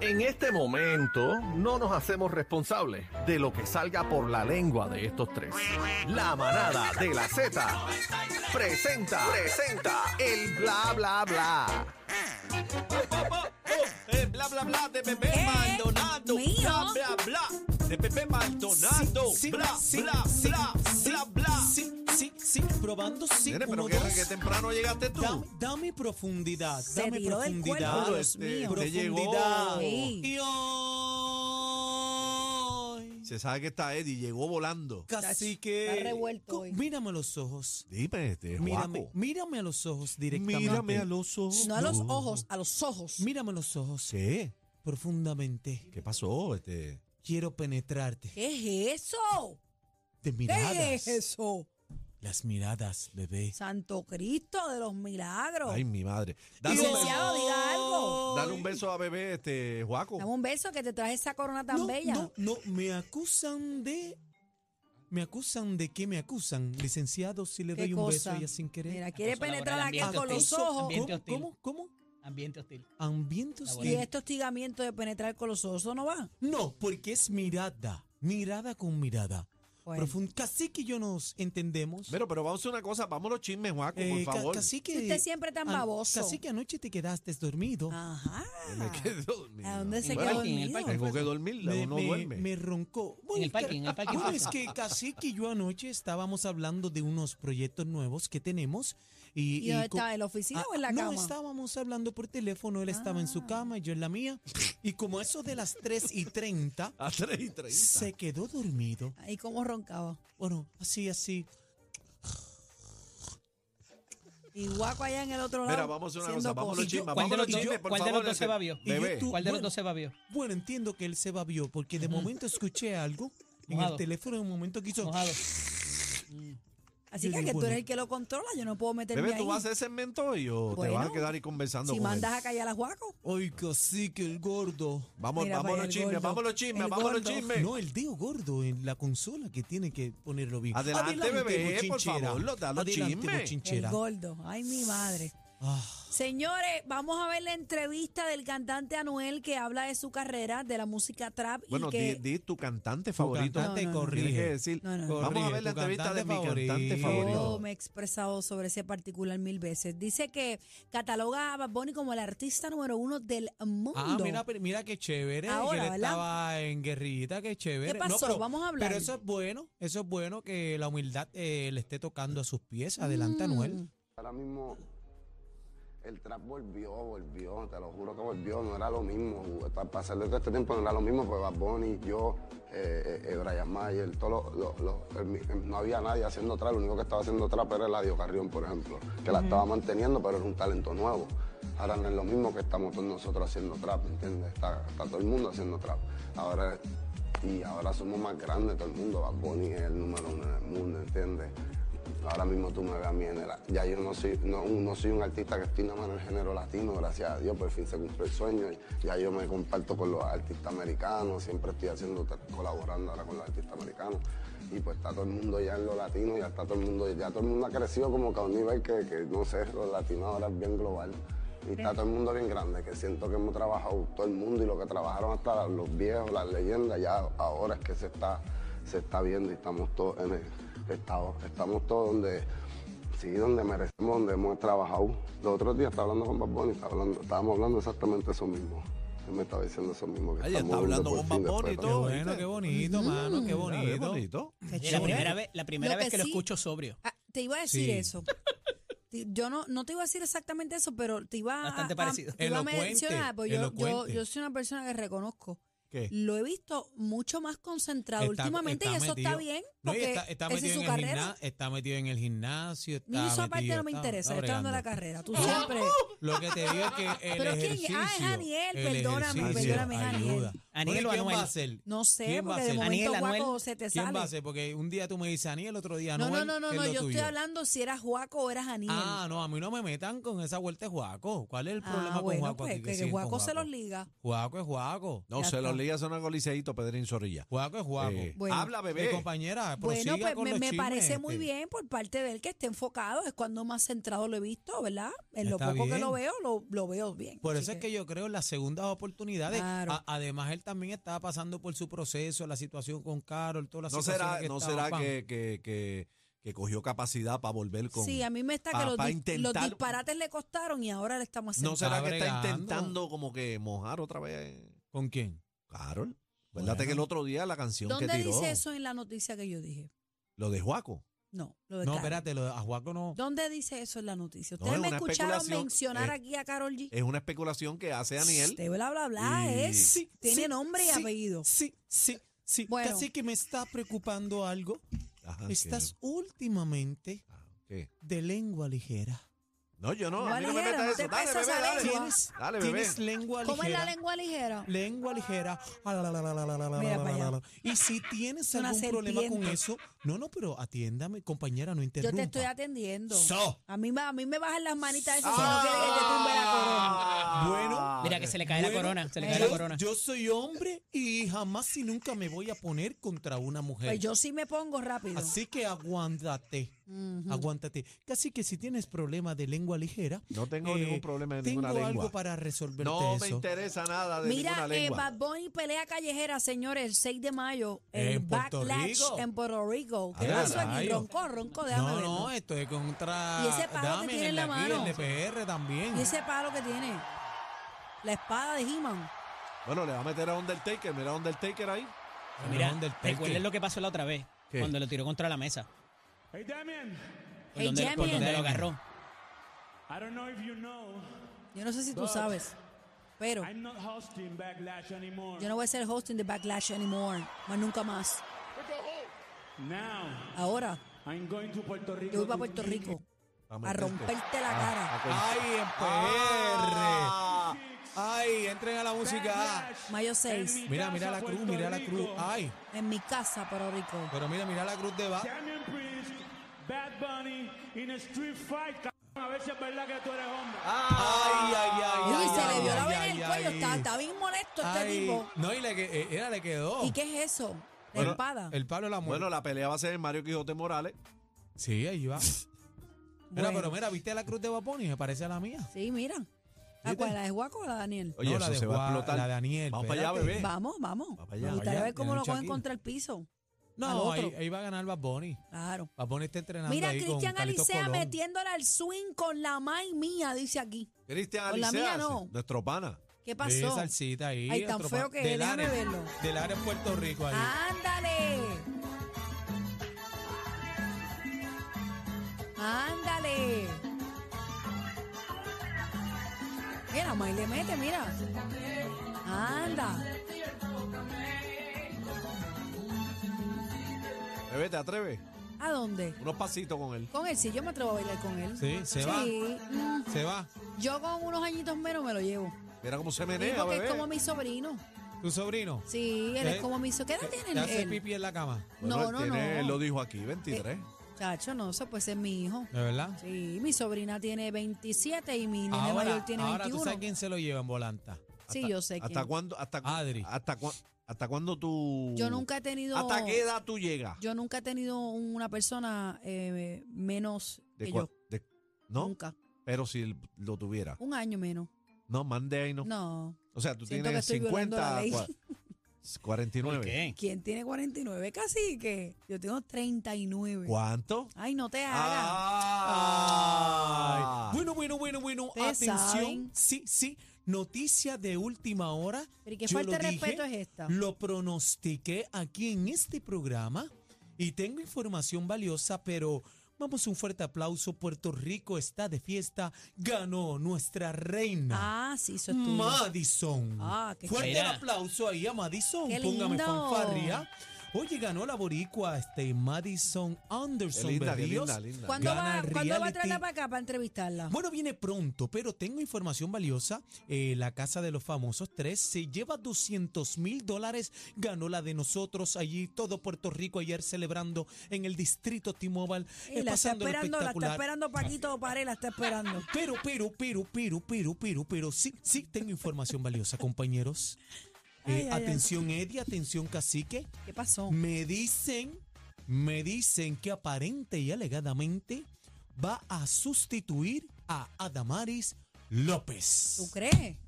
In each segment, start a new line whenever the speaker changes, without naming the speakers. En este momento no nos hacemos responsables de lo que salga por la lengua de estos tres. La manada de la Z presenta, presenta el bla bla bla.
Eh, bla bla bla de Pepe
Eh,
Maldonado.
mío.
Bla bla bla de Pepe Maldonado.
Sí, sí,
bla,
sí,
bla,
sí,
bla,
sí,
bla, bla.
Sí, sí, sí, probando, sí.
Nene, pero
uno,
que,
dos.
que temprano llegaste tú.
Dame, dame profundidad,
Se
dame
tiró del
profundidad.
cuerpo, Dios mío.
te este, llegó.
Profundidad.
Sí.
Y hoy,
Se sabe que está Eddie, llegó volando.
casi que...
está revuelto
Co-
hoy.
Mírame a los ojos.
Dime, este
Mírame,
guapo.
mírame a los ojos directamente.
Mírame a los ojos.
No a los ojos, a los ojos.
Mírame a los ojos
¿Qué?
profundamente.
¿Qué pasó? Este?
Quiero penetrarte.
¿Qué es eso?
De
¿Qué
miradas.
es eso?
Las miradas, bebé.
Santo Cristo de los milagros.
Ay, mi madre. Dale un, beso,
Licenciado, diga algo.
dale un beso a bebé, este, Juaco.
Dame un beso que te traje esa corona tan
no,
bella.
No, no, me acusan de. ¿Me acusan de qué me acusan? Licenciado, si le
¿Qué
doy un beso
cosa?
a ella sin querer.
Mira, quiere
Acoso laboral,
penetrar acá
ambiente
con los
hostil,
ojos.
ambiente
¿Cómo,
hostil.
¿Cómo? ¿Cómo?
Ambiente hostil.
Ambientos
Y
de-
este hostigamiento de penetrar con los ojos, ¿eso no va?
No, porque es mirada. Mirada con mirada.
Bueno.
Profund- Casi que yo nos entendemos.
Pero, pero vamos a hacer una cosa, vamos a los chismes, Juaco,
Eh,
por
ca-
favor.
Casi que.
Si usted siempre tan
an-
baboso. Ah.
Casi que anoche te quedaste dormido.
Ajá.
Me quedé dormido.
¿A dónde se
En
quedó
el parking, en el
dormido?
parking.
Tengo que dormir,
me,
uno
me-
duerme.
me roncó.
En el
ca-
parking, en el parking.
Bueno, Pues es que casi que yo anoche estábamos hablando de unos proyectos nuevos que tenemos. ¿Y,
¿Y dónde
co-
estaba? ¿En la oficina
Ah,
o en la
No,
cama? Ah.
estábamos hablando por teléfono, él estaba en su cama y yo en la mía. Y como a eso de las 3 y 30,
A 3 y 30.
se quedó dormido.
¿Y cómo roncaba?
Bueno, así, así.
Y guaco allá en el otro lado.
Mira, vamos a hacer una
haciendo
cosa, vamos a los
cosas.
chismes, vamos
¿Cuál de
a los
los dos-
chismes, por
cuál de los
favor.
dos
este.
se babió?
Y yo
Bebé,
tú-
¿Cuál de los
bueno,
dos se babió?
Bueno, entiendo que él se babió porque de momento escuché algo en el
Mojado.
teléfono, en un momento que hizo...
Mojado.
Así
Yo
que,
digo,
que tú
bueno.
eres el que lo controla, yo no puedo meterme
bebé,
ahí.
¿tú vas a hacer segmento hoy o te
Bueno,
vas a quedar ahí conversando
si
con él?
mandas a callar a Juaco.
Ay, casi que el gordo.
Vamos,
Mira,
vamos a
vaya,
los
el
chismes,
gordo.
vamos a los chismes,
El
vamos a los
gordo.
chismes.
No, el dedo gordo en la consola que tiene que ponerlo bien.
Adelante, bebé, por
bochinchera.
favor, lo da los
Adelante,
chismes.
El
bochinchera.
gordo. Ay, mi madre.
Ah,
Señores, vamos a ver la entrevista del cantante Anuel que habla de su carrera, de la música trap
Bueno,
y que...
di, di tu cantante favorito.
cantante
No, no, no.
Tienes que
corrige.
decir.
No, no, no.
Vamos a
Corrige,
ver la
tu
entrevista de mi
cantante
cantante
favorito.
favorito.
Yo me he expresado sobre ese particular mil veces. Dice que cataloga a Bad Bunny como el artista número uno del mundo.
Ah, mira, pero mira qué chévere.
Ahora,
que él
¿verdad?
estaba en guerrillita, qué chévere.
¿Qué
No,
pasó?
pero-
Vamos a hablar.
Pero eso es bueno, eso es bueno que la humildad eh, le esté tocando a sus pies. Adelante,
Mm.
Anuel.
Ahora mismo el trap volvió, volvió, te lo juro que volvió, no era lo mismo. Para pasar de todo este tiempo no era lo mismo, pues Bad Bunny, yo, eh, eh, eh, Brian Mayer, todos los- los- los- el mi- el- no había nadie haciendo trap, lo único que estaba haciendo trap era Eladio Carrión, por ejemplo, que la estaba manteniendo, pero era un talento nuevo. Ahora no es lo mismo que estamos todos nosotros haciendo trap, ¿me ¿entiendes? Está, está todo el mundo haciendo trap. Ahora, y ahora somos más grandes todo el mundo, Bad Bunny es el número uno en el mundo, ¿entiendes? Ahora mismo tú me ves a mí en el... Ya yo no soy, no, no soy un artista que estoy nada más en el género latino, gracias a Dios, por fin se cumplió el sueño. Ya yo me comparto con los artistas americanos, siempre estoy haciendo, colaborando ahora con los artistas americanos. Y pues está todo el mundo ya en lo latino, ya está todo el mundo, ya todo el mundo ha crecido como que a un nivel que, que no sé, lo latino ahora es bien global. Y está todo el mundo bien grande, que siento que hemos trabajado todo el mundo y lo que trabajaron hasta los viejos, las leyendas, ya ahora es que se está, se está viendo y estamos todos en el estado, estamos todos donde, sí, donde merecemos, donde hemos trabajado. Los otros días estaba hablando con Bad Bunny, estaba hablando, estábamos hablando exactamente eso mismo. Él me estaba diciendo eso mismo. Que
Ay, ya
estamos
está hablando
por
con
fin
Bad
después
Bunny y
de
Qué
todo.
bueno, qué
Mm.
bonito, mano, qué
Mira, qué
bonito.
bonito.
Qué
La
chévere.
primera vez, la primera
Lo que
vez que lo
sí-
escucho sobrio.
Ah, te iba a decir
Sí.
eso. Te- Yo no, no te iba a decir exactamente eso, pero te iba a-
Bastante
a,
parecido.
te iba a
Elocuente,
mencionar, porque yo, yo,
elocuente.
yo soy una persona que reconozco.
¿Qué?
Lo he visto mucho más concentrado
Está-
últimamente
está
y eso
metido.
está bien,
No, y
porque
está, está
esa es
metido
su
en el
carrera.
gimna- está metido en el gimnasio. Está
Ni eso aparte
metido,
no me
está-
interesa,
está
yo estoy hablando de la carrera.
bregando.
Tú siempre.
Lo que te digo es que el
Pero ¿quién?
ejercicio.
Ah, es Aniel,
el
perdóname,
ejercicio
perdóname, es Aniel.
ayuda. Aniel o
¿quién
Anuel?
va a ser?
No sé,
¿Quién va
porque de
a ser?
momento
Aniel, Anuel,
Guaco se te
¿Quién
sale.
va a ser? Porque un día tú me dices Aniel, otro día
No,
Anuel.
no, no, no,
¿qué es
no,
lo
yo estoy
tuyo?
hablando si eras Juaco o eras Aniel.
Ah, no, a mí no me metan con esa vuelta de Juaco. ¿Cuál es el
Ah,
problema con
bueno,
Juaco?
pues,
aquí
que, que
siguen con
Juaco se los liga.
Juaco es Juaco.
No,
Ya
se los
está.
liga son algo liceíto, Pedrín Zorrilla.
Juaco es Juaco.
Eh,
Bueno.
Habla,
Mi
bebé.
compañera,
Bueno,
prosiga
pues
con
me,
los
me
chismes,
parece muy
este.
bien por parte de él que esté enfocado, es cuando más centrado lo he visto, ¿verdad? En lo
Está
poco que
bien.
lo veo, lo, lo veo bien.
Por
así
eso es que yo creo en las segundas oportunidades.
Claro.
A- además, él también estaba pasando por su proceso, la situación con Carol, toda la
No
situación
será,
que
no
estaba,
será
pam.
que, que, que, que cogió capacidad para volver con.
Sí, a mí me está que
pa-
los,
pa
dis- los
intentar-
disparates le costaron y ahora le estamos haciendo.
No será que está
bregando.
intentando como que mojar otra vez.
¿Con quién?
Carol. Acuérdate
Bueno.
que el otro día la canción que
¿Dónde
tiró.
dice eso en la noticia que yo dije?
Lo de Juaco.
No, lo de
No,
Karol.
espérate, lo de- a Juaco no.
¿Dónde dice eso en la noticia?
No,
Ustedes
es
me
una
escucharon
especulación,
mencionar
eh,
aquí a Carol G.
Es una especulación que hace Aniel.
Te bla bla bla,
Y-
es.
Sí,
tiene
sí,
nombre y
sí,
apellido.
Sí, sí, sí.
Bueno.
Casi que me está preocupando algo.
Ajá, que-
Estás últimamente
Ah, ¿qué?
de lengua ligera.
No, yo no. A mí
Igual
no me
ligera,
metas
no
eso.
te
Dale,
pesas
bebé,
esa
dale.
lengua.
Tienes,
Dale, bebé.
tienes lengua ligera.
¿Cómo es la lengua ligera?
lengua ligera. Ah, la, la, la, la, la, la, la,
Mira
la,
para
la,
allá.
la. Y si tienes
Una
algún problema con
serpiente.
eso, no, no, pero atiéndame, compañera, no
Yo
interrumpa.
te estoy atendiendo.
So. Ah.
A mí, me- a mí me bajan las manitas esas si no quieres que te tumbe la corona.
Ah,
Bueno,
Mira, que se le cae la
Bueno,
corona, se le
eh,
cae la corona.
Yo soy hombre y jamás y nunca me voy a poner contra una mujer.
Pues yo sí me pongo rápido.
Así que aguántate,
Ujú.
aguántate. Casi que si tienes problema de lengua ligera,
No tengo
eh,
ningún problema de
tengo
ninguna lengua.
algo para resolverte
No me
eso.
interesa nada de
Mira,
ninguna
eh,
lengua.
Bad Bunny pelea callejera, señores, el 6 de mayo en,
En Puerto
Backlash
Rico.
en Puerto Rico. ¿Qué
Ah,
pasó aquí?
rayo.
Ronco, ronco, déjame
No,
verlo.
no, esto es contra
Y ese palo que
Damian,
tiene en
el
la
de aquí,
mano.
el de PR también.
Y ese palo que tiene. La espada de He-Man.
Bueno, le va a meter a Undertaker. Mira a Undertaker ahí.
El
Mira,
Undertaker.
recuerden lo que pasó la otra vez,
¿Qué?
cuando lo tiró contra la mesa.
Hey, Damien,
Por
Hey,
donde, por
Damien.
donde lo agarró.
I don't know if you know,
Yo no sé si tú
But-
sabes, pero
I'm not hosting Backlash anymore.
yo no voy a ser hosting de Backlash anymore. Más nunca más.
Now,
Ahora,
I'm going to Puerto Rico.
yo voy para
to
Puerto
kick
Rico a
meterte.
romperte
Ah,
la
a
cara.
con-
Ay, en PR.
Ah.
Ay, entren a la música.
Backlash
Mayo
en
6,
mi
Mira,
casa,
mira la cruz,
Puerto
mira la cruz. Ah.
Rico.
Ay,
en mi casa, Puerto Rico.
pero mira, mira la cruz de va.
Damien Priest, Bad Bunny, in a street fight. cabrón, A ver si es verdad que tú eres hombre.
Ay, ay, ay.
Uy,
ay,
se le
ay,
vio la
ay,
vena en
ay,
el cuello.
ay.
Está, está bien molesto este
Ay,
tipo.
No, y le, que- eh, era, le quedó.
¿Y qué es eso? La
Bueno,
espada.
El palo de la muerte.
Bueno, la pelea va a ser en Mario Quijote Morales.
sí, ahí va. Mira,
Bueno.
pero mira, ¿viste la cruz de Baboni? Me parece a la mía.
Sí, mira. ¿La cuál? ¿La de Guaco o la de Daniel?
Oye,
No,
eso
la de
se va a
Juan-
explotar.
la de Daniel,
Vamos para allá,
espérate.
bebé.
Vamos, vamos.
Va para allá.
Me gustaría
Vaya,
ver cómo
tiene
lo
un
cogen
Shakira.
contra el piso. Al
Ah, No,
otro.
ahí, ahí va a ganar Baboni.
Claro.
Baboni está entrenando
Mira,
ahí
Cristian
con Carlitos
Alicea
Colón.
metiéndole al swing con la main mía, dice aquí.
Cristian
Con la
Alicea,
mía no.
nuestro pana.
¿Qué
Sí,
pasó?
salsita ahí.
Ay, tan
otro
feo
pa-
que es,
del
déjame
área,
verlo. Ah.
Del área en Puerto Rico ahí.
¡Ándale! ¡Ándale! Mira, May le mete, mira. Anda.
Bebé, ¿te atreves?
¿A dónde?
Unos pasitos con él.
Con él sí, yo me atrevo a bailar con él.
Sí, se va.
mm,
Se va.
Yo con unos añitos menos me lo llevo.
Mira cómo se
Sí,
menea,
porque
bebé.
es como mi sobrino.
Tu sobrino.
Sí, él es
Eh,
como mi sobrino. ¿Qué edad
te-
tiene
te hace
él?
pipí en la cama.
Bueno,
No,
él
no,
tiene-
no. Eh,
Él lo dijo aquí, 23.
Chacho, no, eso puede ser mi hijo.
¿De verdad?
Sí, mi sobrina tiene 27 y mi nene mayor tiene
ahora tú
21.
sabes quién se lo lleva en volanta.
Sí, yo sé
¿Hasta
quién.
cuándo? Hasta, cu-
Adri.
Hasta, cua- ¿Hasta cuándo tú...?
Yo nunca he tenido.
¿Hasta qué edad tú llegas?
Yo nunca he tenido una persona eh, menos
De
que
cua-
yo.
de- no,
Nunca.
pero si lo tuviera.
Un año menos.
No, mande ahí no.
No.
O sea, tú
Siento
tienes
que estoy violando
50,
la ley.
cua-
¿Por
49.
qué?
¿Quién tiene 49? Casi que. Yo tengo 39.
¿Cuánto?
Ay, no te hagas.
Ah.
Ay. Bueno, bueno, bueno, bueno.
Ustedes
Atención.
saben.
Sí, sí. Noticia de última hora.
Pero ¿y qué
Yo
falta
lo
de
dije,
respeto es esta?
Lo pronostiqué aquí en este programa y tengo información valiosa, pero vamos un fuerte aplauso. Puerto Rico está de fiesta. Ganó nuestra reina.
Ah, sí, eso es tuyo.
Madison.
Ah, qué
Fuerte el
chévere.
aplauso ahí a Madison.
Qué
Póngame
lindo.
fanfarria. Oye, ganó la boricua este Madison Anderson.
linda, qué
Berríos.
linda, linda.
¿Cuándo
Gana
va,
el
¿cuándo va a
reality.
traerla para acá para entrevistarla?
Ah. Bueno, viene pronto, pero tengo información valiosa. Eh, la Casa de los Famosos 3 se lleva 200 mil dólares. Ganó la de nosotros allí, todo Puerto Rico ayer celebrando en el distrito T-Mobile.
Y
eh,
la está
pasándolo
esperando, la está
espectacular.
esperando Paquito Pare, la está esperando.
Pero, pero, pero, pero, pero, pero, pero, sí, sí, tengo información valiosa, compañeros.
Ay,
Eh,
ay, ay.
atención, Eddie, atención, cacique.
¿Qué pasó?
Me dicen, me dicen que aparente y alegadamente va a sustituir a Adamaris López.
¿Tú crees?
Esa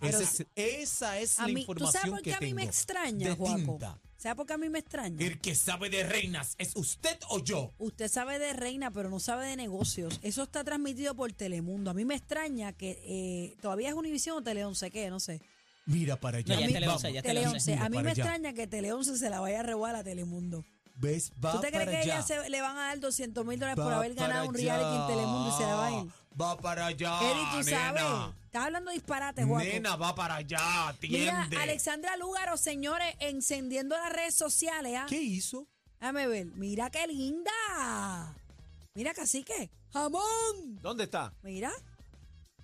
Pero-
es, esa es
A
la
mí, ¿Tú sabes
información
por qué
que
a mí me
tengo.
extraña,
De
Juaco?
tinta.
¿Sabes por qué a mí me extraña?
El que sabe de reinas, ¿es usted o yo?
Usted sabe de reina, pero no sabe de negocios. Eso está transmitido por Telemundo. A mí me extraña que eh, todavía es Univisión o Tele 11, ¿qué? No sé.
Mira para allá.
No, ya
Vamos.
Tele 11, ya Tele
Tele
11.
11. A mí
Para
me
allá.
extraña que Tele 11 se la vaya a robar a Telemundo.
¿Ves? Va
¿Tú te crees
para
que
allá.
ella se- le van a dar 200 mil dólares por
Va
haber ganado
para
un reality en
allá.
Telemundo y se la va a ir?
Va para allá.
Eddie, tú sabes.
nena.
Estás hablando disparate, Juaco.
Nena, va para allá,
Mira,
atiende.
Alexandra Lúgaro, señores, encendiendo las redes sociales. ¿ah?
¿Qué hizo?
Déjame ver. Mira qué linda. Mira, cacique. Jamón.
¿Dónde está?
Mira.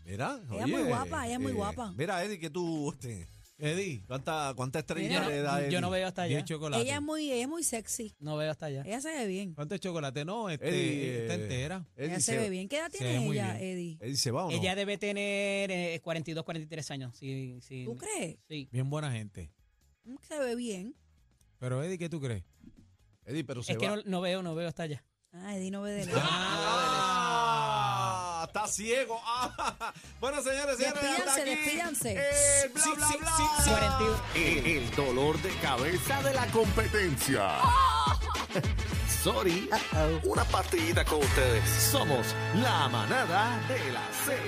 Mira,
Ella es muy guapa, ella es muy guapa.
Mira, Eddie, que tú, este,
Eddie,
¿cuánta, cuánta estrella
Yo
le da
no,
Eddie?
yo no veo hasta allá.
diez chocolates.
Ella es muy, ella es muy sexy.
No veo hasta allá.
Ella se ve bien.
¿Cuánto chocolate? No, este,
Eddie,
está
eh,
entera.
Eddie
ella se, ve bien. ¿Qué edad
se
tiene
ve muy
ella,
bien.
Eddie?
Eddie se va o no.
Ella debe tener eh, 42, 43 años. Sí, sí.
¿Tú crees?
Sí.
Bien buena gente.
Mm, Se ve bien.
Pero Eddie, ¿qué tú crees?
Eddie, pero se
Es que
va.
no, no veo, no veo hasta allá.
Ah, Eddie no ve de lejos.
Ah, está ciego. Ah, bueno, señores, señores, hasta
Despídanse,
aquí.
despídanse.
Eh, bla,
Sí,
bla,
sí,
bla.
sí, sí.
El, el dolor de cabeza de la competencia. Sorry. Una partidita con ustedes. Somos la manada de la Z.